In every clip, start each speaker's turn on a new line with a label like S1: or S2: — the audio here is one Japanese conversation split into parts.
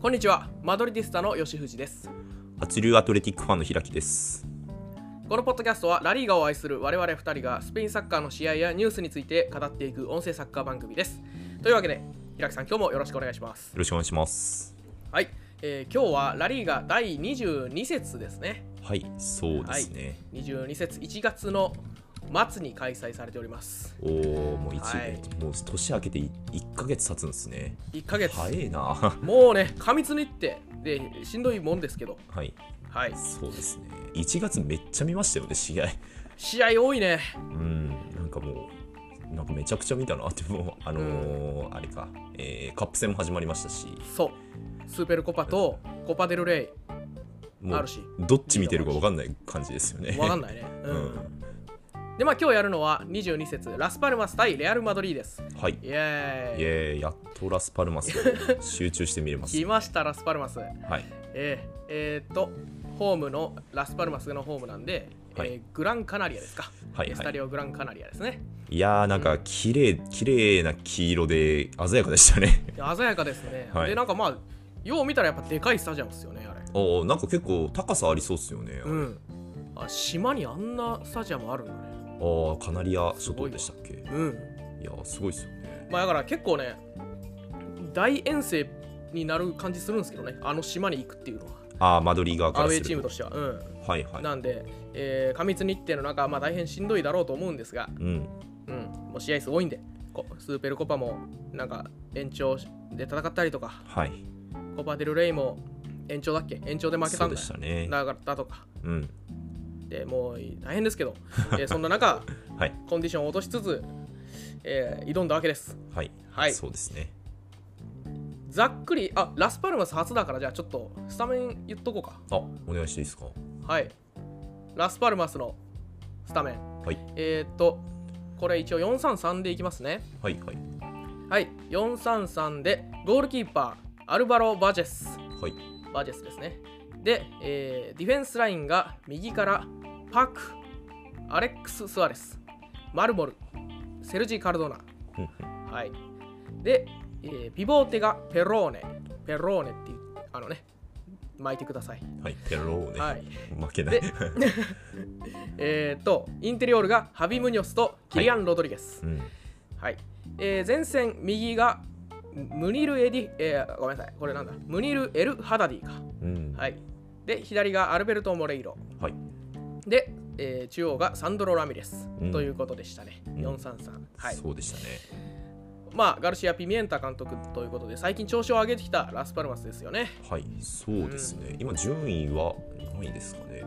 S1: こんにちはマドリディスタの吉藤です
S2: 八流アトレティックファンの開きです。
S1: このポッドキャストはラリーガを愛する我々2人がスペインサッカーの試合やニュースについて語っていく音声サッカー番組ですというわけで平木さん今日もよろしくお願いします
S2: よろしくお願いします。
S1: はい、えー今日はラリーガ第22節ですね
S2: はい、そうですね。
S1: 22節1月の末に開催されております
S2: おお、もう一、
S1: はい
S2: もう年明けてい一ヶ月経つんですね。
S1: 1ヶ月、
S2: 早いな。
S1: もうね過密にってでしんどいもんですけど
S2: はい、
S1: はい
S2: そうですね。一月めっちゃ見ましたよね試合。
S1: 試合多いね
S2: うん、なんかもうなんかめちゃくちゃ見たなってもうあのーあれか、えー、カップ戦も始まりましたし、
S1: そうスーペルコパとコパデルレ
S2: も
S1: あ
S2: う
S1: るし
S2: どっち見てるかわかんない感じですよね
S1: イ。 わかん
S2: ない。
S1: ないね
S2: う
S1: うん
S2: ん、
S1: でまあ今日やるのは22節ラスパルマス対レアル・マドリードです。
S2: はい。
S1: イエーイ
S2: いえやっとラスパルマス 集中して見れます。
S1: 来ましたラスパルマス。
S2: はい。
S1: えー、えーっと、ホームのラスパルマスのホームなんで、
S2: はい
S1: えーグランカナリアですか。
S2: はい
S1: ス
S2: は
S1: タ
S2: い
S1: リ。オグランカナリアです ね。
S2: いやーなんか綺麗綺麗な黄色で鮮やかでしたね
S1: 鮮やかですね。
S2: はい
S1: で、なんかまあ、よう見たらやっぱでかいスタジアムですよね、あれ。
S2: おーなんか結構高さありそうっすよね、あ
S1: う
S2: れ
S1: ん。あ島にあんなスタジアムあるんだね。
S2: あーカナリア諸島でしたっけい
S1: うん。
S2: やーすごいっすよね
S1: まあだから結構ね、大遠征になる感じするんですけどね、あの島に行くっていうのは。
S2: あーマドリー側か
S1: アウ
S2: ら
S1: ェ
S2: す
S1: イチーム
S2: る
S1: と
S2: と
S1: しては。うん。
S2: はいはい
S1: なんで、えー過密日程の中、まあ、大変しんどいだろうと思うんですが、
S2: うん
S1: うん、もう試合数多いんで、こスーペルコパもなんか延長で戦ったりとか、
S2: はい
S1: コパデルレイも延長だっけ延長で負けた
S2: そうんで
S1: だ
S2: したね
S1: だからだとか、
S2: うん
S1: でもう大変ですけど、えーそんな中、
S2: はい
S1: コンディションを落としつつ、えー挑んだわけです。
S2: はい、
S1: はい
S2: そうですね
S1: ざっくり、あラスパルマス初だから、じゃあちょっとスタメン言っとこうか。
S2: あお願いしていいですか
S1: はい。ラスパルマスのスタメン。
S2: はい
S1: えーっと、これ一応433でいきますね。
S2: はいはい
S1: はい、433でゴールキーパー、アルバロ・バジェス。
S2: はい
S1: バジェスですね。で、えーディフェンスラインが右からパク、アレックス・スアレス、マルモル、セルジー・カルドナ。
S2: うんうん
S1: はい。で、えーピボーテがペローネ。ペローネっていう、あのね、巻いてください。
S2: はいペローね、
S1: はい。
S2: 負けない
S1: で
S2: う
S1: えー、と、インテリオールがハビムニョスとキリアン・ロドリゲス。
S2: ん
S1: はい。えー前線右がムニル・エディ、えーごめんなさい、これなんだ、ムニル・エル・ハダディか。
S2: うん
S1: はい。で、左がアルベルト・モレイロ。
S2: はい
S1: で、えー中央がサンドロ・ラミレス、
S2: うん
S1: ということでしたね。
S2: ん
S1: 433。はい。
S2: そうでしたね
S1: まあ、ガルシア・ピミエンタ監督ということで、最近調子を上げてきたラスパルマスですよね。
S2: はいそうですね、今順位は何位ですかね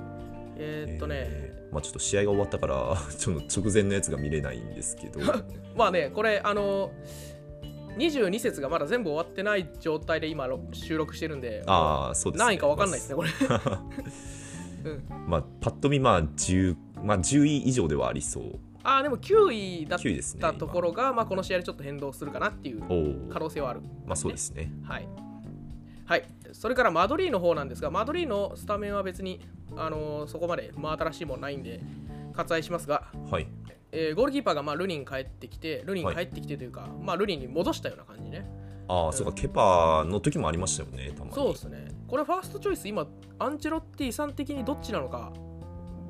S1: えーっとね、
S2: えーまあ、ちょっと試合が終わったから ちょっと直前のやつが見れないんですけ どは
S1: まあね、これ、あの22節がまだ全部終わってない状態で今、ろ収録してるんで、
S2: あーそうですね
S1: 何位か分かんないですね、これ。うん
S2: まあパッと見まあ 10,、まあ、10位以上ではありそう
S1: ああでも9位だっ
S2: 9位ですね
S1: たところが、まあ、この試合でちょっと変動するかなっていう
S2: おお
S1: 可能性はある。
S2: まあそうですね
S1: はい、はい、それからマドリーの方なんですが、マドリーのスタメンは別に、あのーそこまで真新しいもんないんで、割愛しますが、
S2: はい
S1: えーゴールキーパーが、まあ、ルニン帰ってきて、ルニン
S2: はい
S1: 帰ってきてというか、まあ、ルニンに戻したような感じね。
S2: ああ、そうかケパーの時もありましたよねたまに
S1: そうですね。これ、ファーストチョイス、今、アンチェロッティさん的にどっちなのか、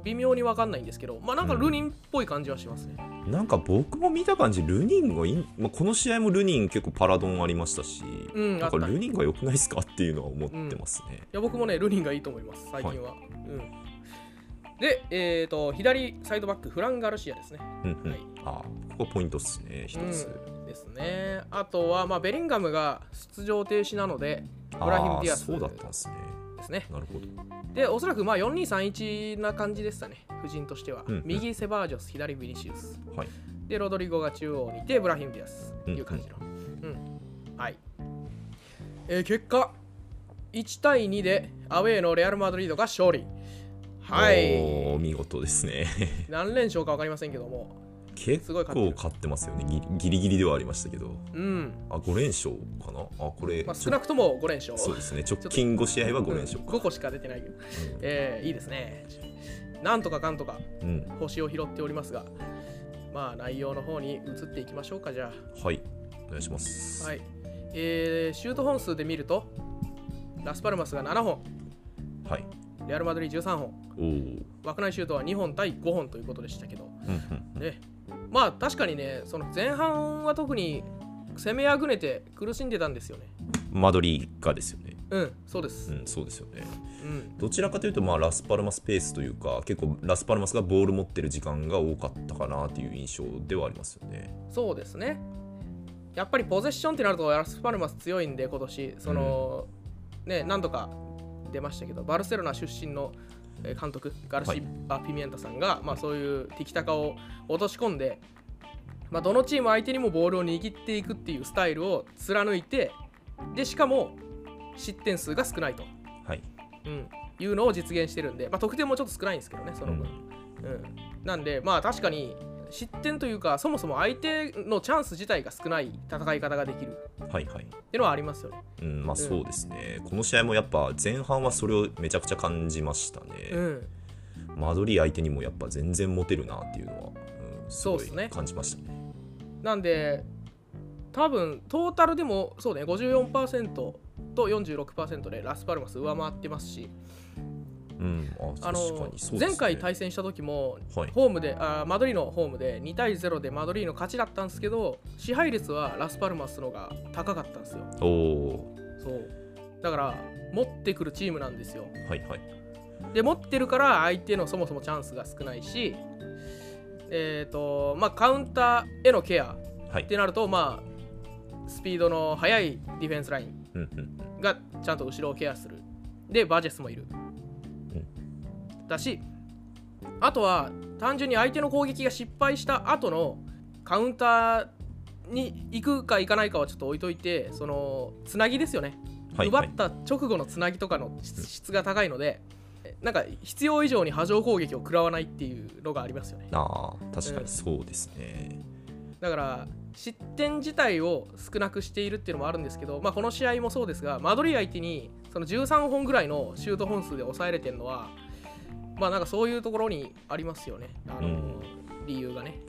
S1: 微妙に分かんないんですけど、まあ、なんかルニンっぽい感じはしますね。
S2: なんか僕も見た感じルニンがいん、まあ、この試合もルニン結構パラドンありましたし、
S1: うん
S2: なんか
S1: あった
S2: ルニンが良くないですかっていうのは思ってますね、
S1: いや僕もねルニンがいいと思います最近は、うんでえっ、と左サイドバックフランガルシアですね
S2: うんうん
S1: はい
S2: ああここがポイントっすね一つ、
S1: ですねあとはまあベリンガムが出場停止なのでブラヒム・ディア
S2: ああ
S1: ス
S2: そうだったんですね
S1: ですね
S2: なるほど
S1: でおそらくまあ4231な感じでしたね夫人としては、
S2: うんうん
S1: 右セバージョス左ビニシウス
S2: はい
S1: でロドリゴが中央にいてブラヒム・ディアスという感じのうん、はいえー結果1対2でアウェーのレアル・マドリードが勝利はい
S2: おー見事ですね
S1: 何連勝か分かりませんけどもす
S2: 結
S1: ごい勝ってる
S2: 構勝ってますよねギリギリギリではありましたけど
S1: うん、
S2: あ5連勝かなあこれ、
S1: まあ、少なくとも5連勝
S2: そうですね直近5試合は5連勝
S1: うん
S2: か、
S1: 5個しか出てないけど、えーいいですねなんとかかんとか
S2: うんうん
S1: 星を拾っておりますがまあ内容の方に移っていきましょうかじゃ
S2: はいお願いします
S1: あはいえーシュート本数で見るとラスパルマスが7本、
S2: はい。
S1: レアル・マドリー13本、
S2: おお。うん
S1: 枠内シュートは2本対5本ということでしたけど、
S2: うんうん。
S1: ね、まあ確かにね、その前半は特に攻めあぐねて苦しんでたんですよね。
S2: 間取りがですよね。
S1: うん、そうです
S2: う。ん、そうですよね。
S1: うん、
S2: どちらかというと、まあ、ラスパルマスペースというか、結構ラスパルマスがボール持ってる時間が多かったかなという印象ではありますよね。
S1: そうですね。やっぱりポゼッションってなるとラスパルマス強いんで今年その、ね何度か出ましたけどバルセロナ出身のえー監督ガルシア・ピミエンタさんが、まあ、そういう敵高を落とし込んで、まあ、どのチーム相手にもボールを握っていくっていうスタイルを貫いてでしかも失点数が少ないと、
S2: はい。
S1: うん、いうのを実現してるんで、まあ、得点もちょっと少ないんですけどねその分、うん、なんでまあ確かに失点というかそもそも相手のチャンス自体が少ない戦い方ができるっ
S2: うんはいはい。
S1: ていうのはありますよね。
S2: うん、まあそうですね、この試合もやっぱ前半はそれをめちゃくちゃ感じました
S1: う
S2: ね、
S1: ん、
S2: マドリー相手にもやっぱ全然モテるなっていうのは、うん、す
S1: そう
S2: ご
S1: で
S2: い
S1: すね
S2: 感じましたね。
S1: なんで多分トータルでもそうね54%と46%でラスパルマス上回ってますし、
S2: うん、あ
S1: あ
S2: 確か
S1: の
S2: にそうですね。
S1: 前回対戦した時も
S2: はい
S1: ホームであーマドリーのホームで2対0でマドリーの勝ちだったんですけど支配率はラスパルマスの方が高かったんですよ。
S2: おお
S1: そうだから持ってくるチームなんですよ。
S2: ー、はいはい。
S1: で持ってるから相手のそもそもチャンスが少ないしえっ、とまあカウンターへのケアっ
S2: はい
S1: て。なるとまあスピードの速いディフェンスライン
S2: うんうん
S1: がちゃんと後ろをケアするでバージェスもいる、だしあとは単純に相手の攻撃が失敗した後のカウンターに行くか行かないかはちょっと置いといてそのつなぎですよね
S2: うん。はい
S1: 奪
S2: はい
S1: っ。た直後のつなぎとかの質質が高いので、なんか必要以上に波状攻撃を食らわないっていうのがありますよね。
S2: あー確かにそうですね。
S1: だから失点自体を少なくしているっていうのもあるんですけど、まあ、この試合もそうですが、マドリー相手にその13本ぐらいのシュート本数で抑えれてるのは、まあなんかそういうところにありますよね、あの
S2: うん
S1: 理由がね。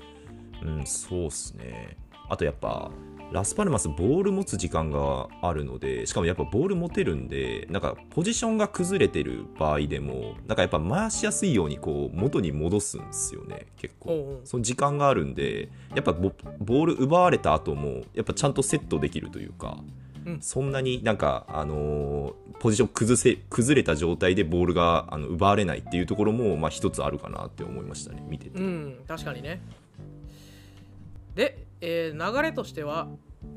S2: うん、そうっすね。あとやっぱ、ラスパルマス、ボール持つ時間があるので、しかもやっぱボール持てるんで、なんかポジションが崩れてる場合でも、なんかやっぱ回しやすいようにこう元に戻すんですよね、結構。
S1: おうおう
S2: その時間があるんで、やっぱボボール奪われた後も、やっぱちゃんとセットできるというか、
S1: うん
S2: そんなになんか、あのーポジション崩せ崩れた状態でボールがあの奪われないっていうところも、まあ、一つあるかなって思いましたね、見てて。
S1: うん、確かにね。で、えー流れとしては、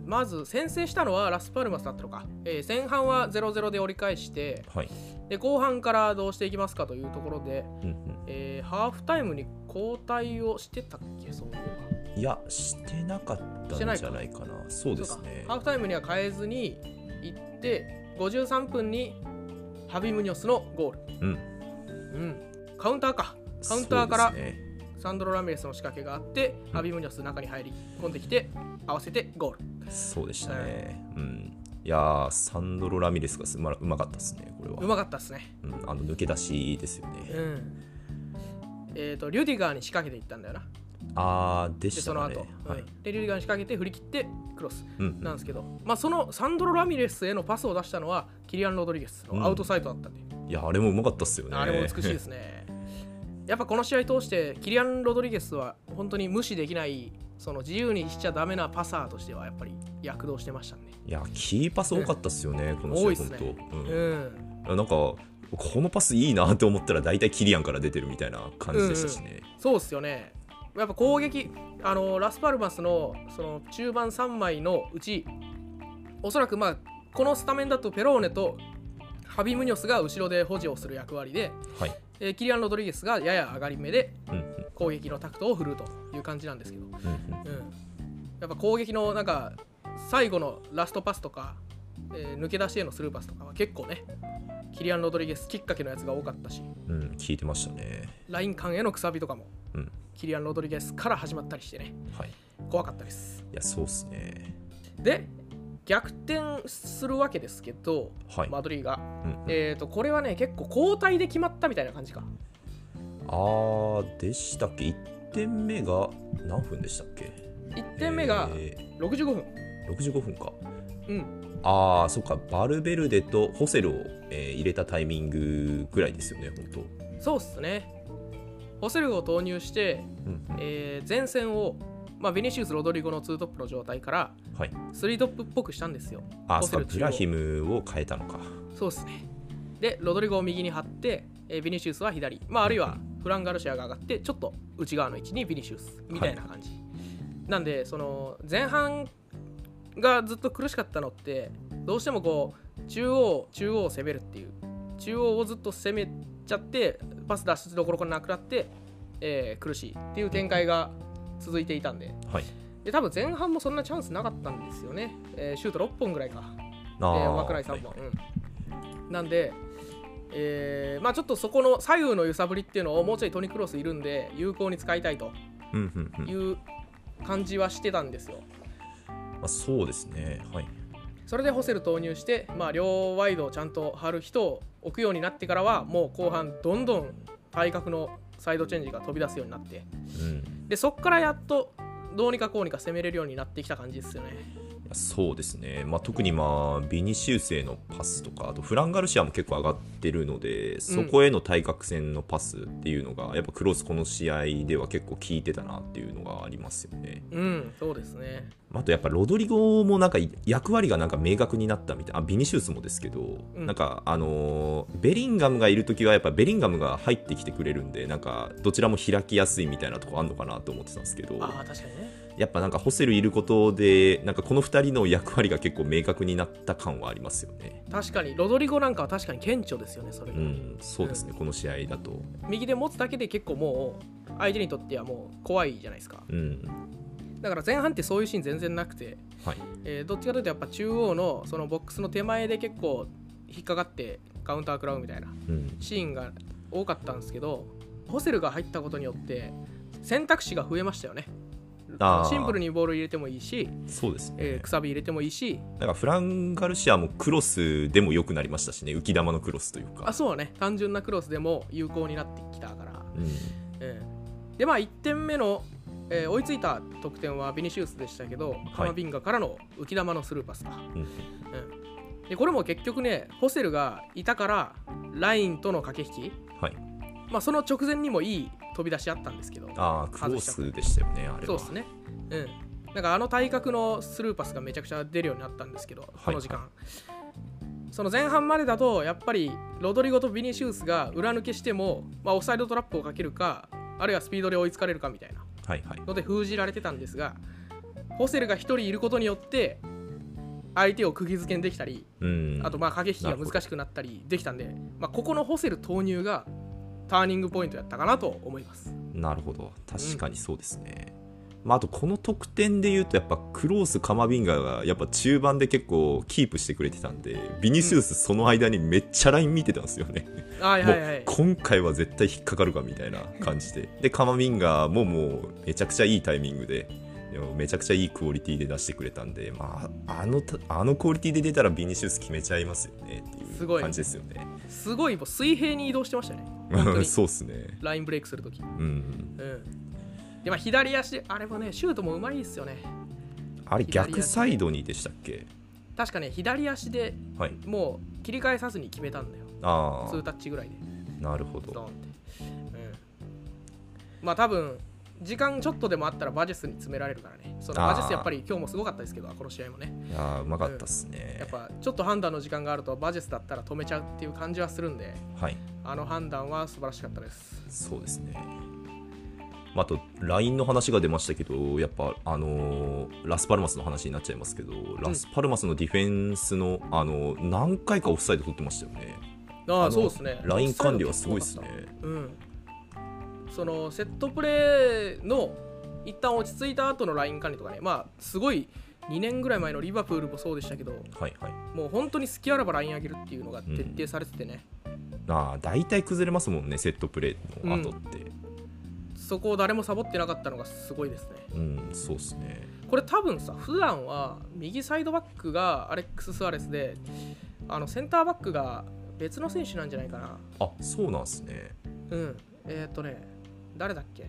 S1: まず先制したのはラスパルマスだったのか、えー前半は0-0で折り返して
S2: はい、
S1: で、後半からどうしていきますかというところで、
S2: うんうん
S1: えーハーフタイムに交代をしてたっけ、そういえば
S2: いや、してなかったんじゃないかな。そうですね
S1: ハ。ーフタイムには変えずに行って、53分にハビムニョスのゴール。
S2: うん
S1: うん、カウンターか。カウンターから
S2: そうですね
S1: サンドロ・ラミレスの仕掛けがあって、ハビムニョス中に入り込んできて、合わせてゴール。
S2: そうでしたね。うん。いやー、サンドロ・ラミレスがすまうまかったですね、これは。
S1: うまかったですね。
S2: うん、あの抜け出しですよね。
S1: うん。えっ、と、リュディガーに仕掛けていったんだよな。
S2: あー、で
S1: で、
S2: し
S1: そ
S2: た
S1: の
S2: ね。
S1: 後、
S2: はい
S1: うん。で、リュディガーに仕掛けて振り切ってクロス
S2: うん
S1: なんですけど、まあ、そのサンドロ・ラミレスへのパスを出したのは、キリアン・ロドリゲスのアウトサイドだったんで、
S2: いや、あれもうまかったっすよね。
S1: あれも美しいです ね。やっぱこの試合通して、キリアン・ロドリゲスは本当に無視できない、その自由にしちゃダメなパサーとしては、やっぱり躍動してましたね。
S2: いや、キーパス多かったっすよね、この試
S1: 多い
S2: 合、
S1: っすね
S2: 本当。うん
S1: うん、
S2: なんか、このパスいいなと思ったら、大体キリアンから出てるみたいな感じでしたしね。
S1: そうっすよね。やっぱ攻撃、あのラスパルマスのその中盤3枚のうち、おそらくまあこのスタメンだとペローネとハビムニョスが後ろで保持をする役割で、
S2: はい。
S1: えーキリアン・ロドリゲスがやや上がり目で
S2: うんうん
S1: 攻撃のタクトを振るという感じなんですけど、うん、
S2: うんうん
S1: やっぱ攻撃のなんか最後のラストパスとか、えー抜け出しへのスルーパスとかは結構ね、キリアン・ロドリゲスきっかけのやつが多かったし、
S2: うん、聞いてましたね。
S1: ライン間へのくさびとかも、
S2: うん
S1: キリアン・ロドリゲスから始まったりしてね。
S2: はい。い
S1: 怖かったです
S2: や、そうっすね。
S1: で逆転するわけですけど、
S2: はい。
S1: マドリーが、
S2: うんうん
S1: えー、とこれはね結構交代で決まったみたいな感じか
S2: あーでしたっけ1点目が何分でしたっけ
S1: 1点目が
S2: え
S1: 65分、
S2: ー、65分か
S1: うん
S2: ああ、そっか、バルベルデとホセルを、えー入れたタイミングぐらいですよね、本当。
S1: そうっすね。ホセルを投入して、
S2: うんうん
S1: えー前線を、まあ、ビニシウス・ロドリゴの2トップの状態から
S2: はい。
S1: 3トップっぽくしたんですよ。
S2: あー、
S1: ホ
S2: そ
S1: セ
S2: っ
S1: ル
S2: か、
S1: 中
S2: ブ
S1: 央
S2: ラヒムを変えたのか。
S1: そうですね。で、ロドリゴを右に張って、えービニシウスは左、まあ、あるいはフランガルシアが上がって、ちょっと内側の位置にビニシウスみたいな感じ。なんで、その前半がずっと苦しかったのって、どうしてもこう、中央、中央を攻めるっていう、中央をずっと攻めちゃって、パス脱出どころかなくなって、えー苦しいっていう展開が続いていたんで
S2: はい。
S1: で、多分前半もそんなチャンスなかったんですよね。えーシュート6本ぐらいか。
S2: あ
S1: えー、
S2: ー
S1: 枕井さんも
S2: はい、
S1: うん、なんで、えーまあ、ちょっとそこの左右の揺さぶりっていうのをもうちょいトニクロスいるんで有効に使いたいと
S2: うんうんうん
S1: い
S2: ま
S1: う感じはしてたんですよ。
S2: あ、そうですね。はい。
S1: それでホセル投入して、まあ、両ワイドをちゃんと張る人を置くようになってからはもう後半どんどん体格のサイドチェンジが飛び出すようになって
S2: うん。
S1: でそっからやっとどうにかこうにか攻めれるようになってきた感じですよね。
S2: いやそうですね、まあ、特に、まあ、ビニシウスへのパスとかあとフランガルシアも結構上がってるのでそこへの対角線のパスっていうのが、やっぱクロスこの試合では結構効いてたなっていうのがありますよね
S1: うん、そうですね。
S2: あとやっぱロドリゴもなんか役割がなんか明確になったみたいなあビニシウスもですけど、
S1: うん
S2: なんかあのーベリンガムがいる時はやっぱベリンガムが入ってきてくれるんでなんかどちらも開きやすいみたいなとこあるのかなと思ってたんですけど
S1: ああ、確かにね。
S2: やっぱなんかホセルいることでなんかこの2人の役割が結構明確になった感はありますよね。
S1: 確かに、ロドリゴなんかは確かに顕著ですよね、それ
S2: う
S1: が。
S2: ん、そうですね、この試合だと。
S1: 右で持つだけで結構もう相手にとってはもう怖いじゃないですか
S2: うん、
S1: だから前半ってそういうシーン全然なくて、
S2: はい。
S1: えーどっちかというとやっぱ中央のそのボックスの手前で結構引っかかってカウンター食らうみたいな
S2: うん、
S1: シーンが多かったんですけどホセルが入ったことによって選択肢が増えましたよね
S2: あー
S1: シンプルにボール入れてもいいし、
S2: そうですね。
S1: えーくさび入れてもいいし
S2: なんかフランガルシアもクロスでも良くなりましたしね、浮き球のクロスというか。
S1: あそうね単純なクロスでも有効になってきたから
S2: うん、
S1: ええでまあ1点目の、えー追いついた得点はビニシウスでしたけど、カマビンガからの浮き球のスルーパスだ、
S2: うん、
S1: うんでこれも結局ねホセルがいたからラインとの駆け引き、
S2: はい。
S1: まあ、その直前にもいい飛び出しあったんですけど
S2: ああ、クロスでしたよね、あれは。
S1: そうですねうんなんかあの体格のスルーパスがめちゃくちゃ出るようになったんですけどこの時間、
S2: は
S1: その前半までだとやっぱりロドリゴとビニシウスが裏抜けしても、まあ、オフサイドトラップをかけるかあるいはスピードで追いつかれるかみたいな
S2: はいはい。
S1: ので封じられてたんですがホセルが1人いることによって相手を釘付けにできたり
S2: うん、
S1: あとまあ駆け引きが難しくなったりできたんで、まあ、ここのホセル投入がターニングポイントやったかなと思います
S2: なるほど確かにそうですね、まあ、あとこの得点でいうとやっぱクロースカマビンガがやっぱ中盤で結構キープしてくれてたんでビニシウスその間にめっちゃライン見てたんですよね、
S1: はい
S2: も
S1: はいは
S2: う
S1: い
S2: 今回は絶対引っかかるかみたいな感じででカマビンガももうめちゃくちゃいいタイミングでいやめちゃくちゃいいクオリティで出してくれたんで、まあ、あのたあのクオリティで出たらビニシウス決めちゃいますよねって
S1: す
S2: い
S1: ご
S2: う
S1: い
S2: 感じですよね。
S1: すごいもう水平に移動してましたね本当に
S2: そうですね、
S1: ラインブレイクするとき
S2: うん、
S1: うんでまあ左足あれもねシュートもうまいですよね
S2: あれ
S1: 左足
S2: 逆サイドにでしたっけ、
S1: 確かね左足で
S2: はい、
S1: もう切り替えさずに決めたんだよ
S2: あ
S1: 2タッチぐらいで
S2: あなるほ
S1: ドーン
S2: ど
S1: って、うん、まあ多分時間ちょっとでもあったらバジェスに詰められるからねその
S2: あー
S1: バジェスやっぱり今日もすごかったですけどこの試合もね
S2: いやーうまかったっすね、
S1: やっぱちょっと判断の時間があるとバジェスだったら止めちゃうっていう感じはするんで
S2: はい
S1: あの判断は素晴らしかったです
S2: そうですねまああと LINE の話が出ましたけどやっぱあのーラスパルマスの話になっちゃいますけどラスパルマスのディフェンスの、あのー何回かオフサイド取ってましたよね
S1: あ
S2: の
S1: あそうですね
S2: ライン管理はすごいですね
S1: うんそのセットプレーの一旦落ち着いた後のライン管理とかねまあすごい2年ぐらい前のリバプールもそうでしたけど
S2: はいはい
S1: もう本当に隙あらばライン上げるっていうのが徹底されててね、
S2: ああ大体崩れますもんねセットプレーの後って
S1: そこを誰もサボってなかったのがすごいですね。
S2: うん、そうですね
S1: これ多分さ、普段は右サイドバックがアレックス・スアレスで、あのセンターバックが別の選手なんじゃないかな。
S2: あそうなんですね
S1: うん。えー、っとね、誰だっけ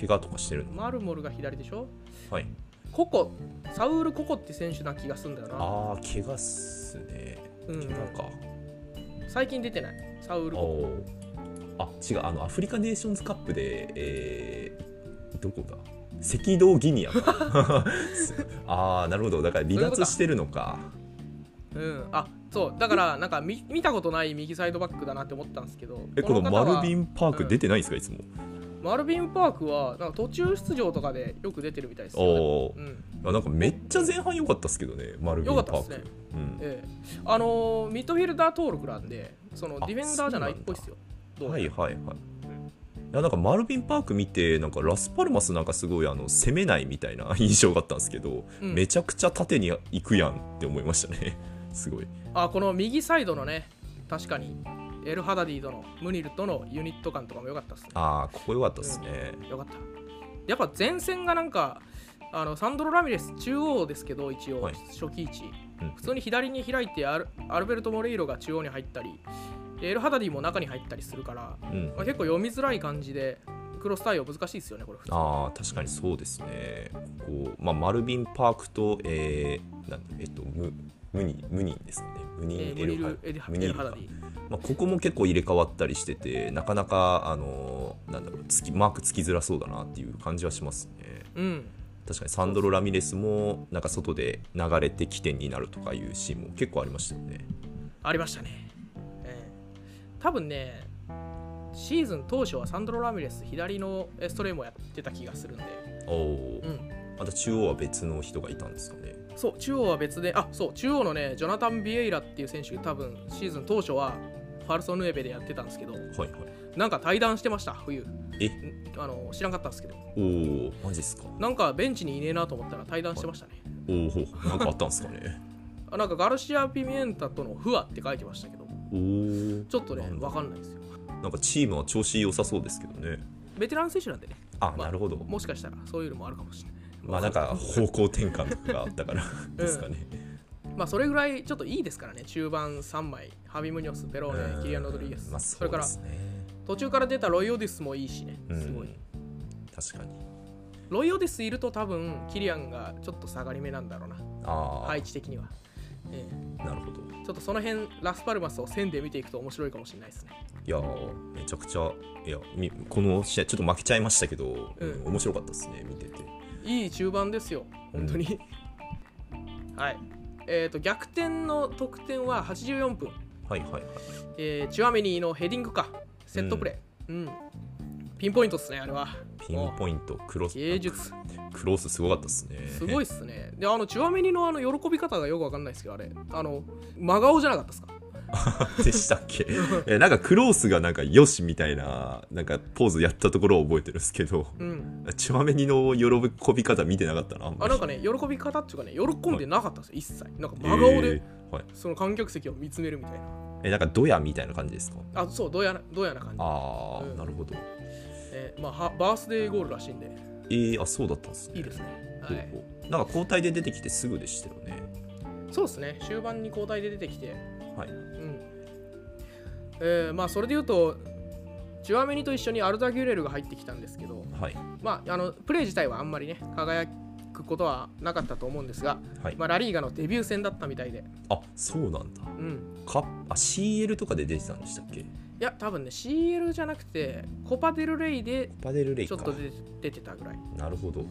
S2: 怪我とかしてるの
S1: マルモルが左でしょ
S2: はい
S1: ココサウール・ココって選手な気がすんだよな
S2: ああ、怪我っすね。
S1: うんうん
S2: 怪我か。
S1: 最近出てないサウール・ココ
S2: おーあ違うあのアフリカネーションズカップで、えーどこだ赤道ギニアか ああなるほどだから離脱してるのか
S1: うんあそうだからなんか見見たことない右サイドバックだなって思ったんですけど
S2: えこの
S1: 方は
S2: マルビンパーク出てないんですか、いつも
S1: マルビン・パークはなんか途中出場とかでよく出てるみたいですよ、ね
S2: おー
S1: うん
S2: あなんかめっちゃ前半良かったっすけどねマルビン
S1: よ
S2: パ
S1: かったです
S2: ーク、
S1: ね、
S2: うん
S1: ええ、あのーミッドフィルダー登録なんでその
S2: あ
S1: ディフェンダーじゃないっぽいですよどう
S2: はいはいはい、いやなんかマルビンパーク見てなんかラスパルマスなんかすごいあの攻めないみたいな印象があったんですけど、
S1: うん
S2: めちゃくちゃ縦に行くやんって思いましたね すごい
S1: あこの右サイドのね確かにエルハダディとのムニルとのユニット感とかも良かったですね
S2: ああここ良かったですね、
S1: 良かったやっぱ前線がなんかあのサンドロ・ラミレス中央ですけど一応、
S2: はい
S1: 初期位置
S2: うん
S1: 普通に左に開いてアルアルベルト・モレイロが中央に入ったりエルハダディも中に入ったりするから、
S2: うん
S1: まあ、結構読みづらい感じでクロス対応難しいですよねこれ普通
S2: あー確かにそうですね。こうまあ、マルビン・パークと、えーなんえっと、ムムニムニンですね。ムニン
S1: えームニル・エ
S2: エ
S1: ル
S2: ル
S1: ハエ
S2: ハムニ
S1: ル
S2: ル
S1: ハダ
S2: か
S1: ディ
S2: まあ、ここも結構入れ替わったりしてて、なかなか、あのーなんだろうつき、マークつきづらそうだなっていう感じはしますね。
S1: うん
S2: 確かにサンドロ・ラミレスも、なんか外で流れて起点になるとかいうシーンも結構ありましたよね。
S1: ありましたね、えー多分ねシーズン当初はサンドロ・ラミレス左のえーストレームをやってた気がするんで、
S2: おお、
S1: うん、
S2: また中央は別の人がいたんですかね。
S1: そう中央は別であそう中央のねジョナタン・ビエイラっていう選手多分シーズン当初はファルソヌエベでやってたんですけど
S2: はいはい。
S1: なんか対談してました冬
S2: え
S1: んあの知らんかったんですけど
S2: おお、マジですか。
S1: なんかベンチにいねえなと思ったら対談してましたね
S2: おお、なんかあったんですかね。
S1: あなんかガルシア・ピミエンタとのフアって書いてましたけど
S2: おお。
S1: ちょっとね
S2: なんだ
S1: わかんないですよ
S2: なんかチームは調子良さそうですけどね。
S1: ベテラン選手なんでね
S2: あ、
S1: まあ
S2: なるほど。
S1: もしかしたらそういうのもあるかもしれない
S2: まあなんか方向転換とかがあっ たからですかね。
S1: まあそれぐらいちょっといいですからね中盤3枚ハビムニョスペロー
S2: う
S1: ネ
S2: ん
S1: キリアン・ロドリゲス、
S2: まあ
S1: そ
S2: そう
S1: れか
S2: で
S1: ら
S2: すね。
S1: 途中から出たロイオディスもいいしね
S2: うん
S1: すごい、
S2: 確かに。
S1: ロイオディスいると多分キリアンがちょっと下がり目なんだろうな
S2: ああ、
S1: 配置的には、え
S2: なるほど。い
S1: えちょっとその辺ラスパルマスを線で見ていくと面白いかもしれないですね
S2: やーめちゃくちゃいやみこの試合ちょっと負けちゃいましたけど、
S1: うん
S2: うん面白かったですね見てて。
S1: いい中盤ですよ本当に、 はいえー、と逆転の得点は84分
S2: はいはいはい。
S1: えー、チュアメニーのヘディングか、セットプレー。うん。ピンポイントっすね、あれは。
S2: ピンポイントクロス
S1: 芸術。
S2: クロスすごかったですね。
S1: すごいっすね。で、あの、チュアメニのあの、喜び方がよくわかんないですけど、あれ。あの、真顔じゃなかったですか
S2: でしたっけえなんかクロースがなんかよしみたいななんかポーズやったところを覚えてるんですけど
S1: うん。
S2: チュアメニの喜び方見てなかったなあんま
S1: あ、
S2: り
S1: なんかね、喜び方っていうかね、喜んでなかったんですよ、一切。なんか真顔で、
S2: えーはい、
S1: その観客席を見つめるみたいな。
S2: えなんかドヤみたいな感じですか
S1: あ、そう、どうやな、どうやな感じ。
S2: ああ、
S1: うん
S2: なるほど
S1: えーまあは、バースデーゴールらしいんで、
S2: えー、あそうだったんですね
S1: いいですね。は
S2: ほう
S1: い。
S2: ほうなんか交代で出てきてすぐでしたよね
S1: そうですね、終盤に交代で出てきて、
S2: はい
S1: うんえーまあそれで言うとチュアメニと一緒にアルダ・ギュレルが入ってきたんですけど、
S2: はい
S1: まあ、あのプレー自体はあんまりね輝くことはなかったと思うんですが、
S2: はい、
S1: まあ、ラリーガのデビュー戦だったみたいで、
S2: あそうなんだ
S1: うん、
S2: カップあ CL とかで出てたんでしたっけ
S1: いや多分ね CL じゃなくてコパデル・レイで
S2: パデルレイ
S1: ちょっ
S2: か
S1: と出て出てたぐらい、
S2: なるほど
S1: うん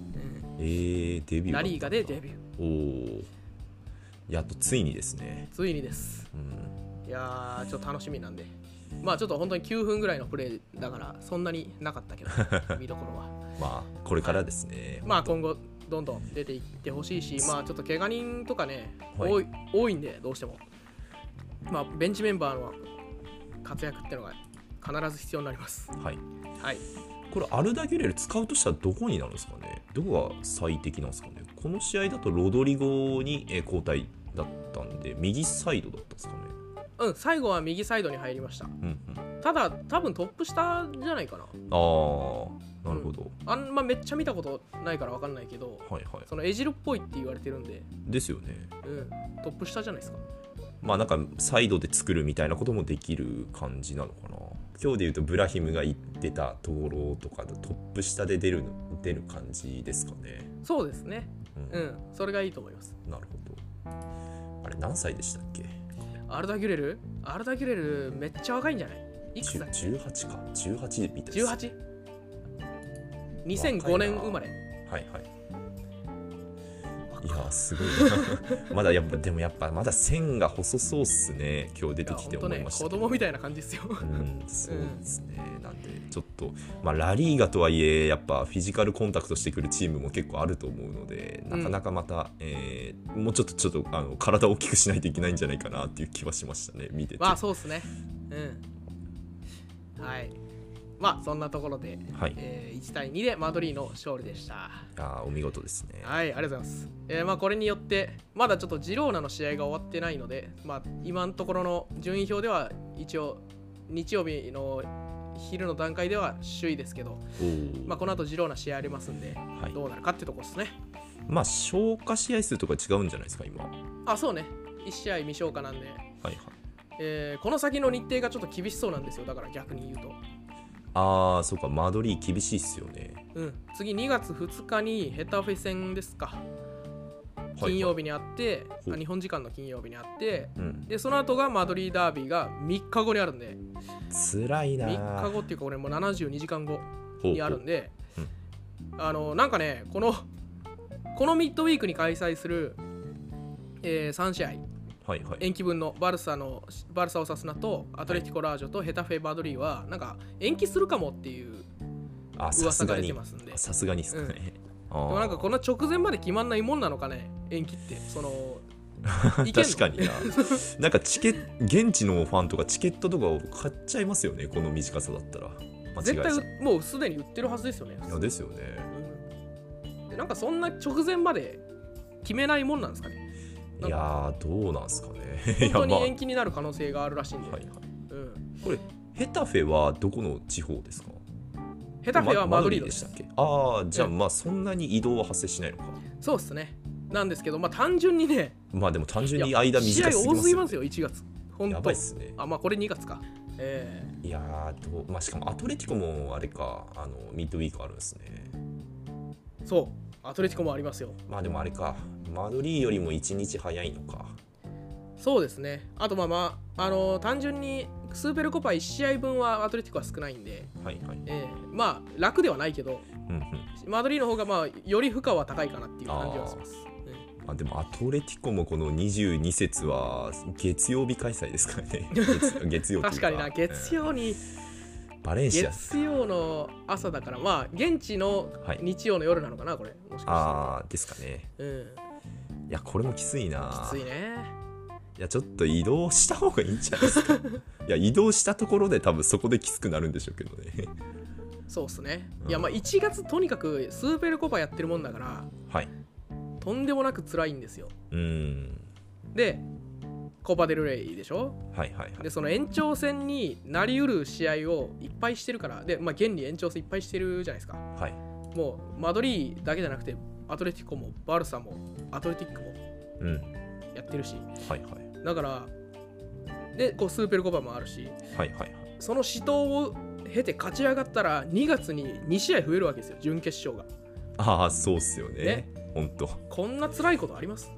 S2: えー、デビュー
S1: ラリーガでデビュー
S2: おおやっとついにですね
S1: ついにです
S2: うん
S1: いやーちょっと楽しみなんでまあちょっと本当に9分ぐらいのプレーだからそんなになかったけ ど見どころは
S2: まあこれからですね、
S1: まあ今後どんどん出ていってほしいし、まあちょっと怪我人とかね、
S2: はい
S1: 多い多いんでどうしても、まあベンチメンバーの活躍ってのが必ず必要になります。
S2: はい
S1: はい。
S2: これアルダギュレル使うとしたらどこになるんですかねどこが最適なんですかねこの試合だとロドリゴにえー交代だったんで右サイドだったんですかね
S1: うん、最後は右サイドに入りました。
S2: うんうん
S1: ただ多分トップ下じゃないかな。
S2: ああなるほど、
S1: あんまめっちゃ見たことないからわかんないけど、
S2: はいはい
S1: そのエジルっぽいって言われてるんで、
S2: ですよね
S1: うん、トップ下じゃないですか。
S2: まあなんかサイドで作るみたいなこともできる感じなのかな今日でいうとブラヒムが行ってたところとかトップ下で出るの出る感じですかね
S1: そうですね。
S2: う
S1: うん、それがいいと思います。
S2: なるほど。あれ、何歳でしたっけ
S1: アルダギュレルアルダギュレルめっちゃ若いんじゃないいくつだっけ
S2: ?18 か。18みたいです。
S1: 18?2005 年生まれ。
S2: はいはい。いやーすごい なまだやっぱでもやっぱまだ線が細そうっすね今日出
S1: い
S2: て
S1: や
S2: きて
S1: 本
S2: 思
S1: 当
S2: い
S1: ね、
S2: ました
S1: 子
S2: けど
S1: 供みたいな感じ ですよ。
S2: うんそうですね、なんでちょっと、まあ、ラリーガとはいえやっぱフィジカルコンタクトしてくるチームも結構あると思うのでなかなかまた、えーもうちょっとちょっとあの体を大きくしないといけないんじゃないかなっていう気はしましたね見てて、
S1: まあそうっすね。うん。はい。まあそんなところで、
S2: はい
S1: えー1対2でマドリーの勝利でした。
S2: あーお見事ですね
S1: はい、ありがとうございます。えーまあ、これによって、まだちょっとジローナの試合が終わってないので、まあ、今のところの順位表では、一応、日曜日の昼の段階では首位ですけど、
S2: おー
S1: まあ、この後ジローナ試合ありますんで、
S2: はい
S1: どうなるかってとこですね。
S2: まあ消化試合数とか違うんじゃないですか今はい
S1: あ、そうね、1試合未消化なんで、
S2: はい
S1: えーこの先の日程がちょっと厳しそうなんですよ、だから逆に言うと。
S2: ああそうかマドリー厳しいっすよね
S1: うん、次2月2日にヘタフェ戦ですか。金曜日にあって、
S2: ほう
S1: あ日本時間の金曜日にあって、
S2: うん
S1: でその後がマドリーダービーが3日後にあるんで
S2: 辛いな
S1: 3日後
S2: 後
S1: っていうか俺もう72時間後にあるんで
S2: ほう
S1: あのなんかねこのこのミッドウィークに開催する、え3試合
S2: はいはい
S1: 延期分のバルサのバルサオサスナとアトレティコラージョとヘタフェマドリーはなんか延期するかもっていう
S2: あさす
S1: 噂
S2: が
S1: が出て
S2: に
S1: ますんで
S2: さすがにっすかね、あ
S1: で
S2: ー
S1: もなんかこの直前まで決まんないもんなのかね延期って そのいけんの
S2: 確か にななんかチケ現地のファンとかチケットとかを買っちゃいますよねこの短さだったら間違
S1: 絶
S2: いじゃ
S1: 対
S2: ん
S1: もうすでに売ってるはずですよね
S2: いやですよね
S1: うんでなんかそんな直前まで決めないもんなんですかね
S2: いやーどうなんすかね
S1: 本
S2: いや
S1: 当に
S2: まあ
S1: 延期になる可能性があるらしいんで、
S2: はいはい
S1: うん、
S2: これヘタフェはどこの地方ですか
S1: ヘタフェは
S2: ま
S1: マドリードで
S2: ですしたっけああじゃあ
S1: え
S2: まあそんなに移動は発生しないのか
S1: そうっすねなんですけどまあ単純にね
S2: まあでも単純
S1: い
S2: に
S1: や
S2: 間
S1: 試合
S2: 短すぎま
S1: 多
S2: す
S1: すぎます
S2: よ
S1: よ1月本
S2: ね
S1: 当
S2: やばいっすね
S1: あまあこれ2月かえ
S2: いやーどう、まあ、しかもアトレティコもあれかあのミッドウィークあるんですね
S1: ーそうアトレティコもありますよ
S2: まあでもあれかマドリーよりも1日早いのか
S1: そうですねあとまあまああのー単純にスーペルコパ1試合分はアトレティコは少ないんで、
S2: はいはい
S1: えーまあ楽ではないけど
S2: うんうん
S1: マドリーの方がまあより負荷は高いかなっていう感じはします、うん
S2: まあ、でもアトレティコもこの22節は月曜日開催ですから ね月月曜日
S1: 確かにな月、曜に
S2: うんバレンシア
S1: 月曜の朝だからまあ現地の
S2: はい
S1: 日曜の夜なのかなこれもしか
S2: ああですかね
S1: してうん
S2: いやこれもきついな
S1: きついね
S2: いやちょっと移動した方がいいんじゃないですかいや移動したところで多分そこできつくなるんでしょうけどね
S1: そうっすね
S2: うん
S1: いやまあ1月とにかくスーペルコパやってるもんだから
S2: はい
S1: とんでもなく辛いんですよ
S2: うーん
S1: でコパデルレイでしょ
S2: はいはいはい
S1: でその延長戦になりうる試合をいっぱいしてるからでまあ現に延長戦いっぱいしてるじゃないですか
S2: はい
S1: もうマドリーだけじゃなくてアトレティコもバルサもアトレティックも
S2: うん
S1: やってるし
S2: はいはい
S1: だからでこうスーペルコパもあるし
S2: はいはいはい
S1: その死闘を経て勝ち上がったら2月に2試合増えるわけですよ準決勝が
S2: ああそうっすよね
S1: ね
S2: ほんと
S1: こんな辛いことあります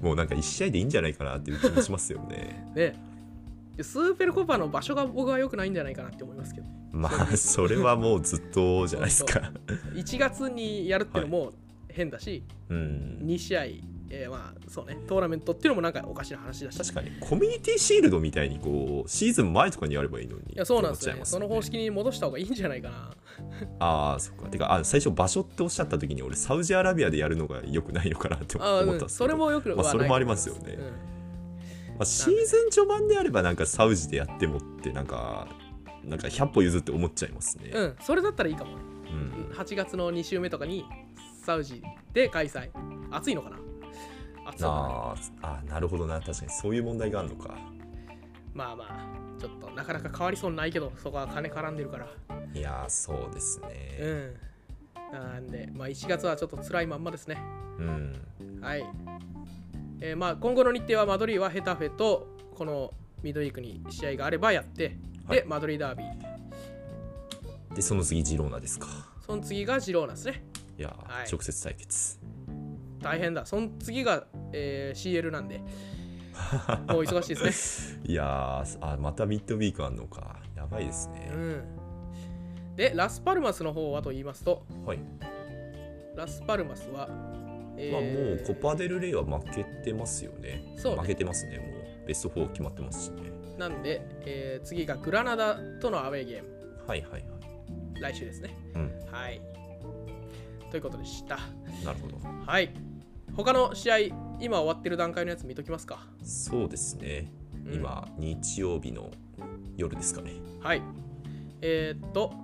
S2: もうなんか1試合でいいんじゃないかなっていう気もしますよね
S1: ねでスーペルコパの場所が僕は良くないんじゃないかなって思いますけど
S2: まあそれはもうずっとじゃないですか
S1: 1月にやるっていうのも変だし、
S2: うん
S1: 2試合、えーまあそうねトーナメントっていうのもなんかおかしな話だし
S2: 確かにコミュニティシールドみたいにこうシーズン前とかにやればいいのに
S1: いやそうなんですよ
S2: っ
S1: ね
S2: て思っちゃ
S1: そ
S2: いま
S1: の方式に戻した方がいいんじゃないかな
S2: ああそっかてかあ最初場所っておっしゃった時に俺サウジアラビアでやるのが良くないのかなって思
S1: あ
S2: っ
S1: ー
S2: たんですけ
S1: う
S2: ど
S1: んそれもよくは
S2: まあ
S1: ない
S2: それもありますよね
S1: うん
S2: まあ、シーズン序盤であればなんかサウジでやってもってなんかなんか100歩譲って思っちゃいますね、
S1: うん、それだったらいいかもね
S2: うん
S1: 8月の2週目とかにサウジで開催暑いのかな暑そうだね
S2: あーあーなるほどな確かにそういう問題があるのか
S1: まあまあちょっとなかなか変わりそうにないけどそこは金絡んでるから
S2: いやーそうです
S1: う
S2: ね
S1: んなんでまあ1月はちょっと辛いまんまですね
S2: うん、
S1: はいえーまあ今後の日程はマドリーはヘタフェとこのミッドウィークに試合があればやって
S2: はい
S1: でマドリーダービー
S2: でその次ジローナですか
S1: その次がジローナですね
S2: いやー、
S1: はい
S2: 直接対決
S1: 大変だ。その次が、えー CL なんで、もう忙しいです
S2: いやーあまたミッドウィークあんのかやばいです
S1: ね。
S2: ね
S1: う、ん、で、ラスパルマスの方はと言いますと、
S2: はい
S1: ラスパルマスは、えー
S2: まあもうコパデルレイは負けてますよね
S1: そうね
S2: 負けてますねもうベスト4決まってますしね
S1: なんで、えー次がグラナダとのアウェーゲーム、
S2: はいはいはい
S1: 来週ですね。
S2: うん
S1: はい。ということでした。
S2: なるほど
S1: はい。他の試合、今終わってる段階のやつ見ときますか。
S2: そうですね
S1: うん
S2: 今、日曜日の夜ですかね
S1: はい。えーっと、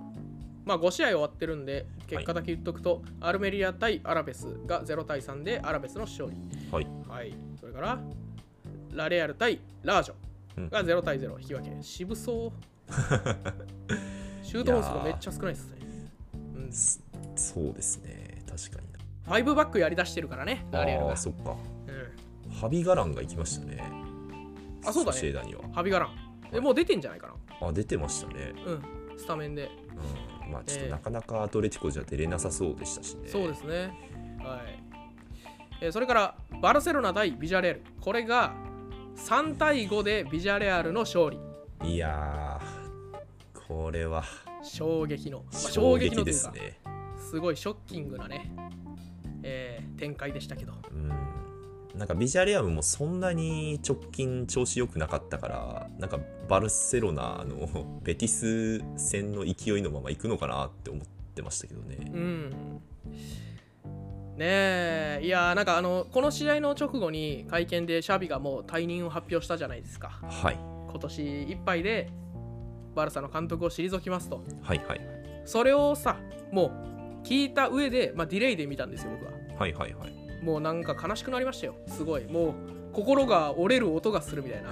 S1: まあ5試合終わってるんで、結果だけ言っとくと、アルメリア対アラベスが0対3でアラベスの勝利。
S2: はい
S1: はい。それから、ラレアル対ラージョが0対0引き分け。渋そう。 シュート本数がめっちゃ少ないですね。うん、
S2: すそうですね確かに
S1: 5バックやりだしてるからね、ラレアル
S2: あ
S1: が
S2: あ。そっか
S1: うん、
S2: ハビガランが行きましたね
S1: あそうだね
S2: ソシエダには
S1: ハビガラン。え、もう出てんじゃないか
S2: あ出てましたね
S1: な。うん、スタメンで。
S2: うんまあちょ
S1: ええ
S2: っとなかなかアトレティコじゃ出れなさそうでしたしね
S1: そうですね。はい。えーそれから、バルセロナ対ビジャレアル。これが3対5でビジャレアルの勝利。
S2: いやーこれは
S1: 衝撃の。まあ
S2: 衝撃
S1: のと
S2: で
S1: いう
S2: す
S1: か、
S2: ね
S1: すごいショッキングなね、えー展開でしたけど。
S2: うんなんかビジャレアムもそんなに直近調子良くなかったからなんかバルセロナの ベティス戦の勢いのまま行くのかなって思ってましたけど
S1: う
S2: ね。
S1: ん。ねえ、いやー、なんかあの、この試合の直後に会見でシャビがもう退任を発表したじゃないですか。
S2: はい
S1: 今年いっぱいでバルサの監督を退きますと
S2: はいはい
S1: それをさもう聞いた上で、まあ、ディレイで見たんですよ僕は
S2: はいはいはい。
S1: もうなんか悲しくなりましたよすごいもう心が折れる音がするみたいな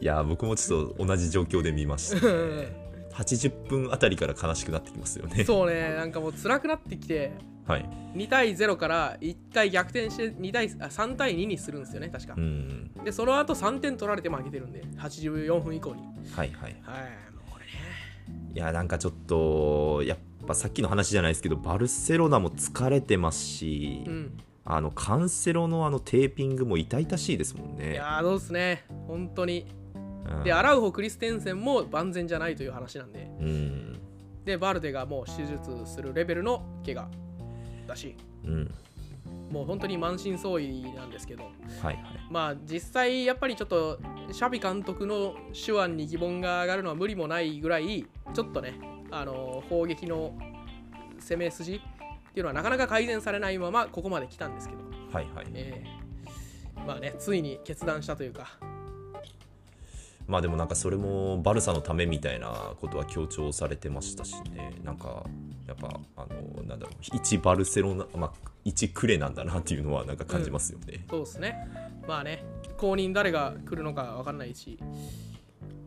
S2: いやー僕もちょっと同じ状況で見ました、ね。80分あたりから悲しくなってきますよね。
S1: そうねなんかもう辛くなってきて
S2: はい。
S1: 2対0から1回逆転して2対あ3対2にするんですよね確か
S2: うん。
S1: でその後3点取られて負けてるんで84分以降に
S2: はいはい。
S1: はいもうこれね
S2: いやーなんかちょっとやっぱさっきの話じゃないですけどバルセロナも疲れてますし、
S1: うん
S2: あのカンセロのあのテーピングも痛々しいですもん
S1: い
S2: ね。
S1: やーどうですね本当に
S2: うん
S1: でアラウホ・クリステンセンも万全じゃないという話なんで
S2: うん
S1: でバルデがもう手術するレベルの怪我だし
S2: うん
S1: もう本当に満身創痍なんですけど
S2: はいはい
S1: まあ実際やっぱりちょっとシャビ監督の手腕に疑問が上がるのは無理もないぐらいちょっとねあの砲撃の攻め筋っていうのはなかなか改善されないままここまで来たんですけど、
S2: はいはい
S1: えーまあねついに決断したというか
S2: まあでもなんかそれもバルサのためみたいなことは強調されてましたしねなんかやっぱあのなんだろう一バルセロナまあ一クレなんだなっていうのはなんか感じますよね、
S1: そうですね。まあね、後任誰が来るのか分かんないし、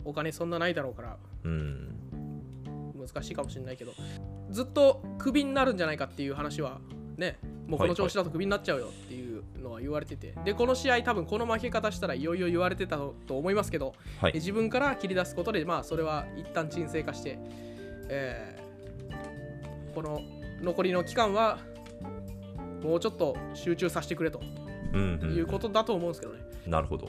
S1: お金そんなないだろうから
S2: うん、
S1: 難しいかもしれないけど、ずっとクビになるんじゃないかっていう話は、ね、もうこの調子だとクビになっちゃうよっていうのは言われてて、で、この試合、多分この負け方したらいよいよ言われてたとと思いますけど、
S2: は
S1: で
S2: い
S1: 自分から切り出すことで、まあ、それは一旦沈静化して、えーこの残りの期間は、もうちょっと集中させてくれと
S2: うんう
S1: いうんことだと思うんですけどね。
S2: なるほど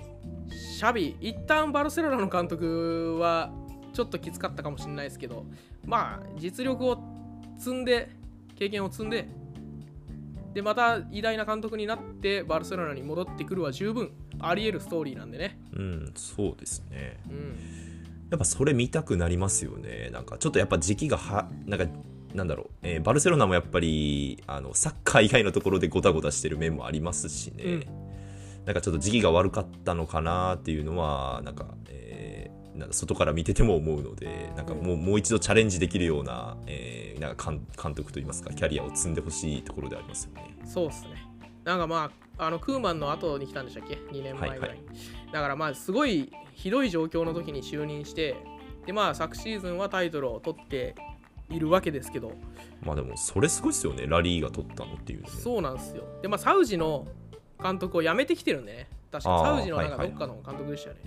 S1: シャビ一旦バルセロナの監督はちょっときつかったかもしれないですけどまあ実力を積んで経験を積んででまた偉大な監督になってバルセロナに戻ってくるは十分あり得るストーリーなんでね、
S2: うんそうですね
S1: うん、
S2: やっぱそれ見たくなりますよねなんかちょっとやっぱ時期がはなんかなんだろう、えーバルセロナもやっぱりあのサッカー以外のところでごたごたしてる面もありますしね、
S1: うん
S2: なんかちょっと時期が悪かったのかなっていうのはなんか、えーなんか外から見てても思うのでなんかもう,、もう一度チャレンジできるような,、えーなんか監監督といいますかキャリアを積んでほしいところでありますよね。
S1: そうっすねなんかまああのクーマンの後に来たんでしたっけ2年前ぐらい、
S2: はいはい
S1: だからまあすごいひどい状況の時に就任してでまあ昨シーズンはタイトルを取っているわけですけど
S2: まあでもそれすごいですよねラリーが取ったのっていうのね
S1: そうなんですよ。で、まあ、サウジの監督を辞めてきてるんでね。確か
S2: あー
S1: サウジのなんか
S2: はい
S1: どっか
S2: はい
S1: の監督でしたよね。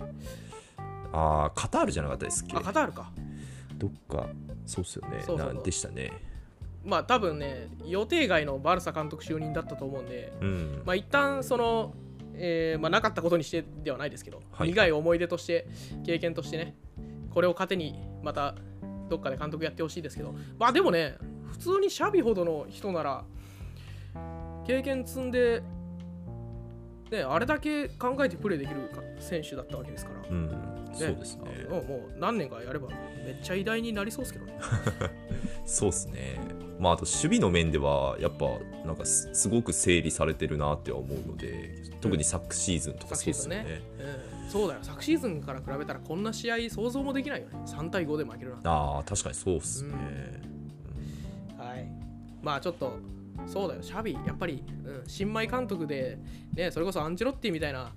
S2: あーカタールじゃなかったですっけ
S1: あ、カタールか。
S2: どっかそうっすよね
S1: そうそうそう
S2: なでしたね
S1: まあ多分ね、予定外のバルサ監督就任だったと思うんで、
S2: うん
S1: まあ一旦その、えーまあ、なかったことにしてではないですけど、
S2: はい
S1: 苦い思い出として、経験としてね、これを糧にまたどっかで監督やってほしいですけど、まあでもね、普通にシャビほどの人なら、経験積んで、ね、あれだけ考えてプレーできるか選手だったわけですから。
S2: うん、そうですね。
S1: あもうもう何年かやればめっちゃ偉大になりそうですけどね。
S2: そうですね。まあ、あと守備の面では、やっぱ、なんかす、すごく整理されてるなっては思うので、特に昨シーズンとかそうですよ
S1: 昨シー
S2: ね。
S1: うん、そうだよ、昨シーズンから比べたらこんな試合想像もできないよね。3対5で負けるなんて。
S2: ああ、確かにそうですね。
S1: はい。まあちょっと、そうだよ、シャビ、やっぱり、うん、新米監督で、ね、それこそアンチェロッティみたいな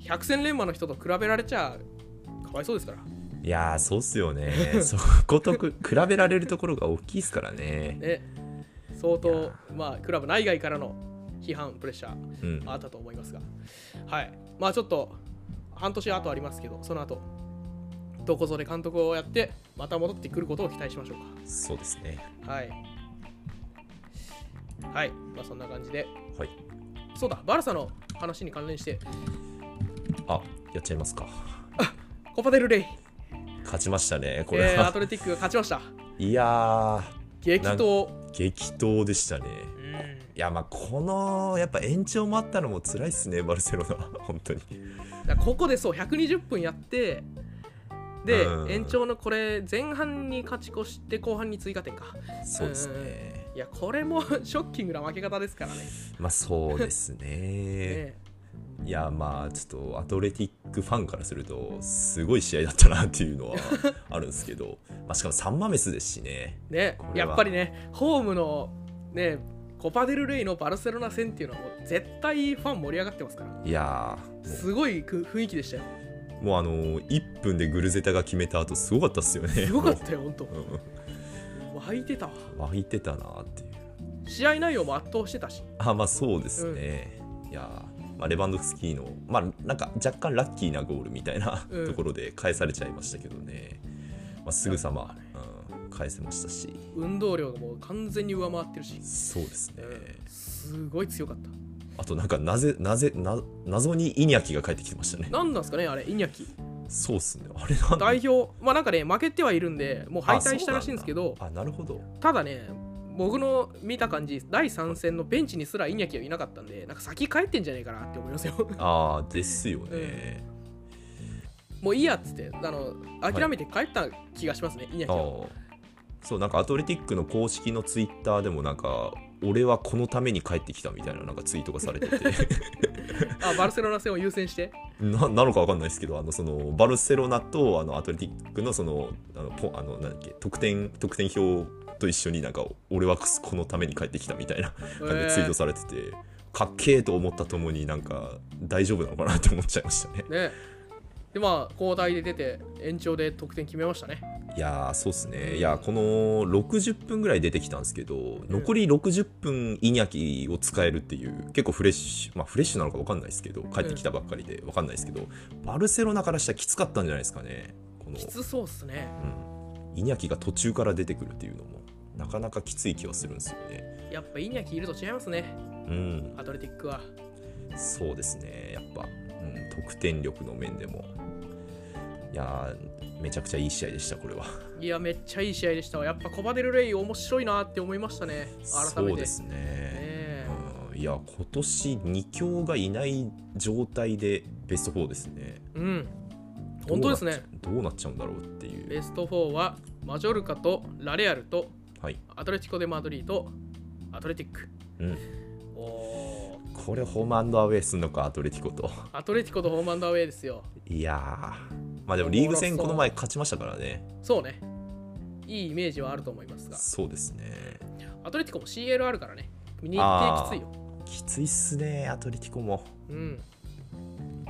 S1: 百戦錬磨の人と比べられちゃかわいそうですから。
S2: いやー、そうっすよ ね。そことく比べられるところが大きいですからね。
S1: ね、相
S2: い
S1: 当
S2: や、
S1: まあクラブ内外からの批判、プレッシャー。
S2: うん。
S1: あったと思いますが、はい、まあちょっと半年後ありますけど、その後どこぞで監督をやって、また戻ってくることを期待しましょう
S2: そうですね。
S1: か。はい。はい、まあそんな感じで、
S2: はい。
S1: そうだ、バルサの話に関連して、
S2: あ、やっちゃいますか。
S1: コパデルレイ、
S2: 勝ちましたね、これ
S1: えーア
S2: は
S1: ト。レティックが勝ちました。
S2: いや
S1: 激闘。
S2: ー、激闘でしたね。
S1: うん
S2: いや、まあ、この、やっぱ延長もあったのも辛いっすね、バルセロナ。 本当に。
S1: だからここでそう120分やってで、
S2: うん
S1: 延長のこれ前半に勝ち越して後半に追加点か
S2: そうです
S1: うん
S2: ね。
S1: いやこれも ショッキングな負け方ですからね
S2: まあそうですね。
S1: ね
S2: いやまあちょっとアトレティックファンからするとすごい試合だったなっていう のはあるんですけど、まあ、しかもサンマメスですしね。
S1: ね
S2: こ、れは
S1: やっぱりね、ホームの、ね、コパデルレイのバルセロナ戦っていうのはもう絶対ファン盛り上がってますから、
S2: いや
S1: すごいく雰囲気でしたよ。
S2: ーもうもうあの1分でグルゼタが決めた後すごかったっすよね。
S1: すごかったよ、本
S2: もう。
S1: 当。湧いてたわ。
S2: うん、湧いてたなっていう。
S1: 試合内容も圧倒してたし、
S2: あまあそうですね。いやーまあ、レバンドフスキーの、まあ、なんか若干ラッキーなゴールみたいな
S1: うん
S2: ところで返されちゃいましたけどね、まあ、すぐさま、うん、返せましたし、
S1: 運動量がもう完全に上回ってるし、
S2: そうですね。
S1: すごい強かった。
S2: あとなんかなぜなぜな謎にイニャキが帰ってきてましたね。
S1: なんなんですかね、あれ、イニャキ。
S2: そうっすね。あれなんだ。
S1: 代表、まあなんかね、負けてはいるんで、もう敗退したらしいんですけど、
S2: あ、なるほど。
S1: ただね、僕の見た感じ、第3戦のベンチにすらイニャキはいなかったんで、なんか先帰ってんじゃねえかなって思いますよ。
S2: ああですよね。
S1: もういいやっつってあの諦めて帰った気がしますね、い、いや
S2: あーそうなんかアトレティックの公式のツイッターでもなんか俺はこのために帰ってきたみたいななんかツイートがされてて
S1: あバルセロナ戦を優先 して
S2: ななのかわかんないですけどあのそのバルセロナとあのアトレティックのそのあのポあのなんだっけ得点得点表と一緒になんか俺はこのために帰ってきたみたいな感じでツイートされてて、かっけえと思ったともになんか大丈夫なのかなって思っちゃいましたね
S1: えーねでまあ交代で出て延長で得点決めましたね
S2: いやーそうっすねいやーこの60分ぐらい出てきたんですけど残り60分イニャキを使えるっていう結構フレッシュまあフレッシュなのか分かんないですけど帰ってきたばっかりで分かんないですけどバルセロナからしたらきつかったんじゃないですかねこの
S1: き、つそうっすね
S2: うん、イニャキが途中から出てくるっていうのもなかなかきつい気はするんですよね
S1: やっぱイニャキいると違いますね
S2: うん
S1: アトレティックは
S2: そうですね、やっぱ、うん、得点力の面でも。いやー、めちゃくちゃいい試合でした、これは。
S1: いやめっちゃいい試合でしたわやっぱコバデルレイ面白いなって思いましたね改めて
S2: そうですね。
S1: ね
S2: うん、いや、今年2強がいない状態でベスト4ですね。
S1: えうん本当ですね
S2: どうなっちゃうんだろうっていう。
S1: ベスト4はマジョルカとラレアルと
S2: はい、
S1: アトレティコ・デ・マドリーとアトレティック
S2: うん、
S1: おー
S2: これ、ホームアンドアウェイすんのか、アトレティコと。
S1: アトレティコとホームアンドアウェイですよ
S2: いやー、まあでもリーグ戦、この前勝ちましたからね。
S1: そうね。いいイメージはあると思いますが、
S2: そうですね。
S1: アトレティコも CL あるからね。日程きついよ。
S2: きついっすね、アトレティコも。
S1: うん。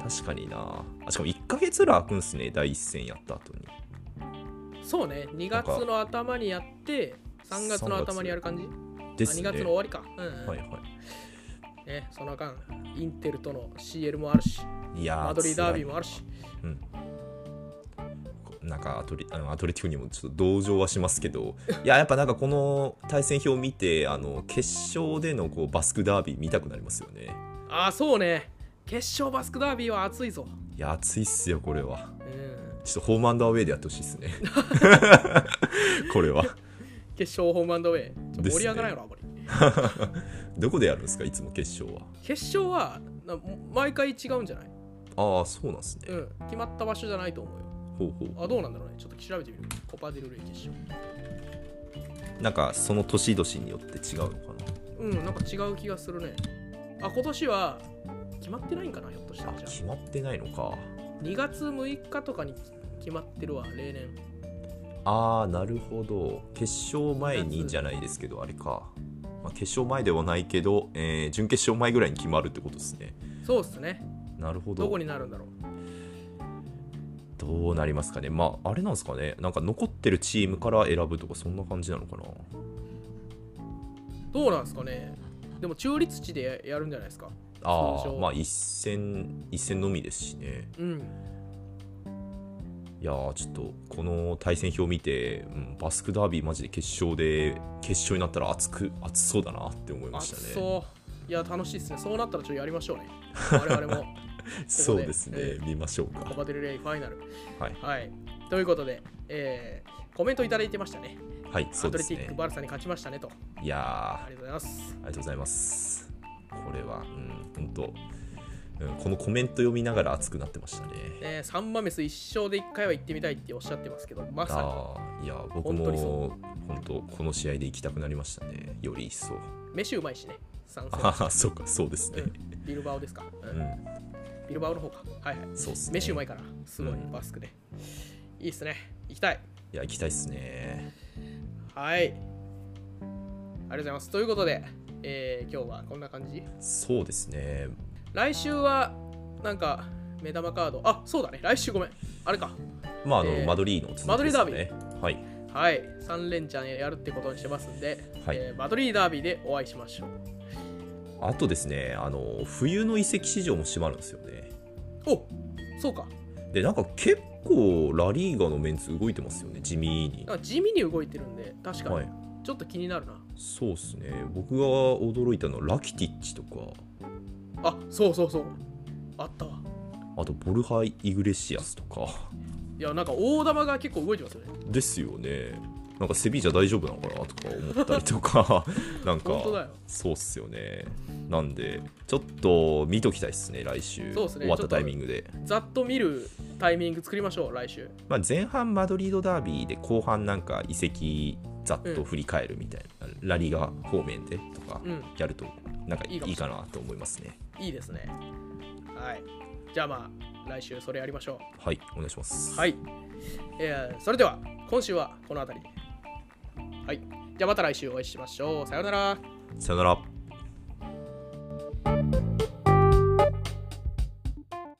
S2: 確かになあしかも1ヶ月ら空くんすね第一戦やった後に
S1: そうね。2月の頭にやって、3月の頭にやる感じ、
S2: で
S1: あ
S2: す
S1: 2
S2: ね
S1: 月の終わりか。うん、うん
S2: はいは
S1: ね。その間、インテルとの CL もあるし、
S2: いいや
S1: マドリーダービーもあるし、
S2: 辛いうんなんかアトリあのアトレティコにもちょっと同情はしますけ ど、いや、やっぱなんかこの対戦表を見て、あの決勝でのこうバスクダービー見たくなりますよね。
S1: ああそうね決勝バスクダービーは熱いぞ
S2: いや、熱いっすよ、これは。
S1: うん
S2: ちょっとホームアンドアウェイでやってほしいで すね。 これは。
S1: 決勝ホームアンドウェイちょ
S2: で
S1: 盛
S2: すね
S1: り上がらないのあんまり
S2: どこでやるんですか、いつも決勝は。
S1: 決勝はな毎回違うんじゃない
S2: ああ、そうなんですね。
S1: うん決まった場所じゃないと思うよ
S2: ほうほう。
S1: あどうなんだろうねちょっと調べてみるコパデルレイ決勝
S2: なんかその年々によって違うのか
S1: うんなんか違う気がするねあ今年は決まってないんかなひょっとした
S2: な。あ
S1: ら、じ
S2: 決まってないのか。
S1: ゃあ2月6日とかに決まってるわ例年
S2: ああ、なるほど。決勝前にじゃないですけど、あれか。まあ、決勝前ではないけど、えー準決勝前ぐらいに決まるってことですね。
S1: そうっすね
S2: なるほど。
S1: どこになるんだろう
S2: どうなりますかね。まあ、あれなんですかね。なんか残ってるチームから選ぶとか、そんな感じなのかな。
S1: どうなんですかねでも中立地でややるんじゃないですか
S2: あ
S1: 通
S2: あ、
S1: 常
S2: まあ、一戦、一戦のみですしね。
S1: うん
S2: いやーちょっとこの対戦表見て、うん、バスクダービーマジで決勝で決勝になったら熱く熱そうだなって思いまし
S1: 熱
S2: たね
S1: そういや楽しいっすねそうなったらちょっとやりまし ょうね我々も
S2: そうですね、
S1: え
S2: 見ましょうか
S1: コパデルレイファイナル
S2: はい
S1: はいということで、えーコメントいただいてましたね
S2: はいそ
S1: ア
S2: う
S1: ト
S2: で
S1: レ
S2: す
S1: ティッ
S2: ね
S1: クバルサに勝ちましたねと
S2: いや
S1: ありがとうございます
S2: ーありがとうございますこれはうん本当、うん、このコメント読みながら熱くなってましたね
S1: ね、サンマメス一生で一回は行ってみたいっておっしゃってますけど、まさに
S2: あーいや僕
S1: 本当に
S2: も本当この試合で行きたくなりましたねより一層
S1: 飯うまいしね、参戦
S2: ああそうかそうですね
S1: ビルバオですか、う
S2: うんん
S1: ビルバオの方か。はいはい。
S2: そうっすね
S1: 飯うま
S2: い
S1: いから、すごい、
S2: うん
S1: バスクで。いいっすね、行きたい。
S2: いや行きたいっすね
S1: はい。ありがとうございます。ということで、えー今日はこんな感じ。
S2: そうですね
S1: 来週は、なんか、目玉カード、あそうだね、来週ごめん。あれか。
S2: まああの、
S1: えー
S2: マドリーの続きです、ね、
S1: マドリーダービ
S2: はい
S1: はい、3連チャンやるってことにしてますんで、
S2: はい
S1: えーマドリーダービーでお会いしましょう。
S2: あとですねあの冬の移籍市場も閉まるんですよね
S1: おそうか。
S2: でなんか結構ラリーガのメンツ動いてますよね地味に
S1: なんか地味に動いてるんで、確かに。
S2: はい
S1: ちょっと気になるな。
S2: そうですね僕が驚いたのはラキティッチとか
S1: あそうそうそう。あったわ。
S2: あとボルハイ・イグレシアスとか
S1: いや、なんか大玉が結構動いてますよね。
S2: ですよねなんかセビージャ大丈夫なのかなとか思ったり とかなんか
S1: 本当だよ
S2: そうっすよねなんでちょっと見ときたいっすね来週
S1: そうっすね
S2: 終わっ
S1: ちょ
S2: た
S1: っと
S2: タイミングで
S1: ざっと見るタイミング作りましょう、来週。
S2: まあ、前半マドリードダービーで後半なんか移籍ざっと振り返るみたいな、ラリガ方面でとか
S1: うん
S2: やるとなんか
S1: いいかも
S2: いいかなと思いますね
S1: いいですね。はい。じゃあまあ、来週それやりましょ
S2: はいお願いします
S1: う。はい。えー、それでは、今週はこの辺りで。はい。じゃあまた来週お会いしましょう。さようなら。
S2: さよなら